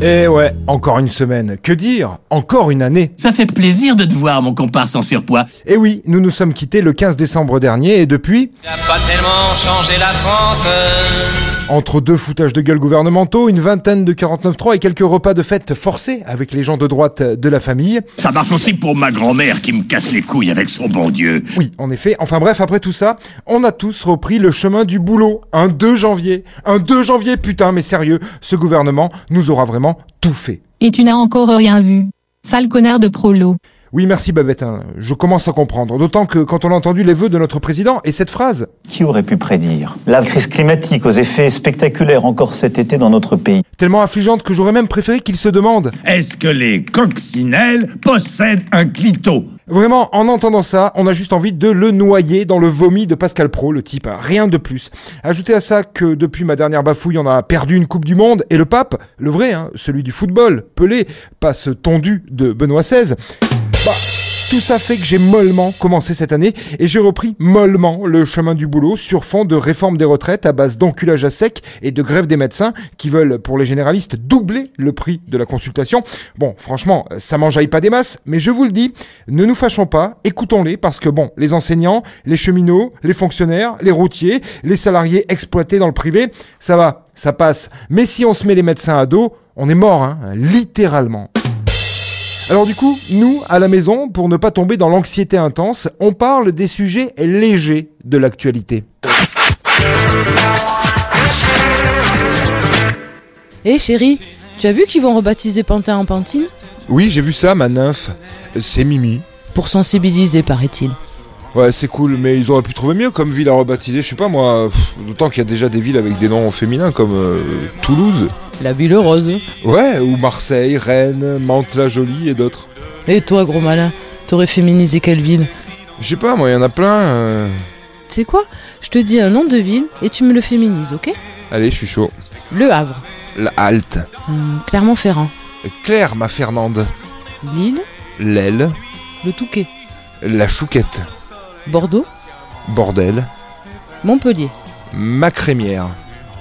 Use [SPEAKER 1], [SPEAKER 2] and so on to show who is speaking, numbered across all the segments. [SPEAKER 1] Et Eh ouais, encore une semaine. Que dire Encore une année.
[SPEAKER 2] Ça fait plaisir de te voir, mon comparse en surpoids.
[SPEAKER 1] Et oui, nous nous sommes quittés le 15 décembre dernier et depuis,
[SPEAKER 3] Il n'a pas tellement changé la France.
[SPEAKER 1] entre deux foutages de gueule gouvernementaux, une vingtaine de 49.3 et quelques repas de fête forcés avec les gens de droite de la famille.
[SPEAKER 2] Ça marche aussi pour ma grand-mère qui me casse les couilles avec son bon Dieu.
[SPEAKER 1] Oui, en effet. Enfin bref, après tout ça, on a tous repris le chemin du boulot. Un 2 janvier. Un 2 janvier, putain, mais sérieux, ce gouvernement nous aura vraiment tout fait.
[SPEAKER 4] Et tu n'as encore rien vu. Sale connard de prolo.
[SPEAKER 1] Oui, merci Babette, hein. je commence à comprendre. D'autant que quand on a entendu les vœux de notre président et cette phrase,
[SPEAKER 5] Qui aurait pu prédire La crise climatique aux effets spectaculaires encore cet été dans notre pays.
[SPEAKER 1] tellement affligeante que j'aurais même préféré qu'il se demande.
[SPEAKER 6] Est-ce que les coccinelles possèdent un clito
[SPEAKER 1] Vraiment, en entendant ça, on a juste envie de le noyer dans le vomi de Pascal Pro, le type. hein. Rien de plus. Ajoutez à ça que depuis ma dernière bafouille, on a perdu une Coupe du Monde et le pape, le vrai, hein, celui du football, Pelé, passe tondu de Benoît XVI. Bah, tout ça fait que j'ai mollement commencé cette année et j'ai repris mollement le chemin du boulot sur fond de réforme des retraites à base d'enculage à sec et de grève des médecins qui veulent, pour les généralistes, doubler le prix de la consultation. Bon, franchement, ça m'enjaille pas des masses, mais je vous le dis, ne nous fâchons pas, écoutons-les parce que bon, les enseignants, les cheminots, les fonctionnaires, les routiers, les salariés exploités dans le privé, ça va, ça passe. Mais si on se met les médecins à dos, on est mort, hein, littéralement. Alors du coup, nous, à la maison, pour ne pas tomber dans l'anxiété intense, on parle des sujets légers de l'actualité.
[SPEAKER 7] Eh chérie, tu as vu qu'ils vont rebaptiser Pantin en Pantine
[SPEAKER 1] Oui, j'ai vu ça, ma nymphe. C'est Mimi.
[SPEAKER 7] Pour sensibiliser, paraît-il.
[SPEAKER 1] Ouais, c'est cool, mais ils auraient pu trouver mieux comme ville à rebaptiser, je sais pas moi. pff, D'autant qu'il y a déjà des villes avec des noms féminins comme euh, Toulouse.
[SPEAKER 7] La ville rose.
[SPEAKER 1] Ouais, ou Marseille, Rennes, Mantes-la-Jolie et d'autres.
[SPEAKER 7] Et toi, gros malin, t'aurais féminisé quelle ville
[SPEAKER 1] Je sais pas, moi, il y en a plein. euh,
[SPEAKER 7] Tu sais quoi Je te dis un nom de ville et tu me le féminises, ok
[SPEAKER 1] Allez, je suis chaud.
[SPEAKER 7] Le Havre,
[SPEAKER 1] La halte.
[SPEAKER 7] euh, Clermont-Ferrand,
[SPEAKER 1] Claire, ma Fernande.
[SPEAKER 7] Lille,
[SPEAKER 1] L'aile.
[SPEAKER 7] le Touquet,
[SPEAKER 1] La chouquette.
[SPEAKER 7] Bordeaux,
[SPEAKER 1] Bordel.
[SPEAKER 7] Montpellier,
[SPEAKER 1] Ma crémière.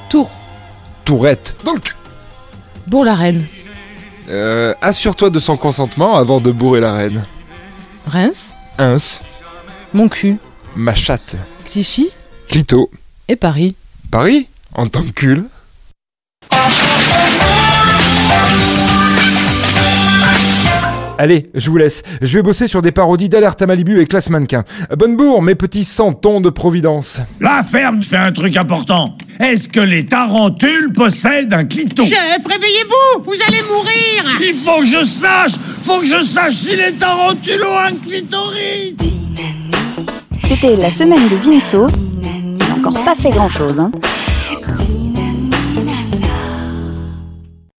[SPEAKER 7] Tours,
[SPEAKER 1] Tourette. Donc,
[SPEAKER 7] Bourg-la-Reine,
[SPEAKER 1] euh, assure-toi de son consentement avant de bourrer la reine.
[SPEAKER 7] Reims,
[SPEAKER 1] Ins,
[SPEAKER 7] Montcul,
[SPEAKER 1] ma chatte.
[SPEAKER 7] Clichy
[SPEAKER 1] Clito.
[SPEAKER 7] et Paris.
[SPEAKER 1] Paris, en tant que cul. Allez, je vous laisse. Je vais bosser sur des parodies d'Alerte à Malibu et Classe Mannequin. Bonne bourre, mes petits centons de Providence.
[SPEAKER 6] La ferme fait un truc important. Est-ce que les tarentules possèdent un clito
[SPEAKER 8] Chef, réveillez-vous, vous allez mourir
[SPEAKER 6] Il faut que je sache Faut que je sache si les tarentules ont un clitoris
[SPEAKER 9] C'était la semaine de Vinceau. Il n'a encore pas fait grand chose. Hein.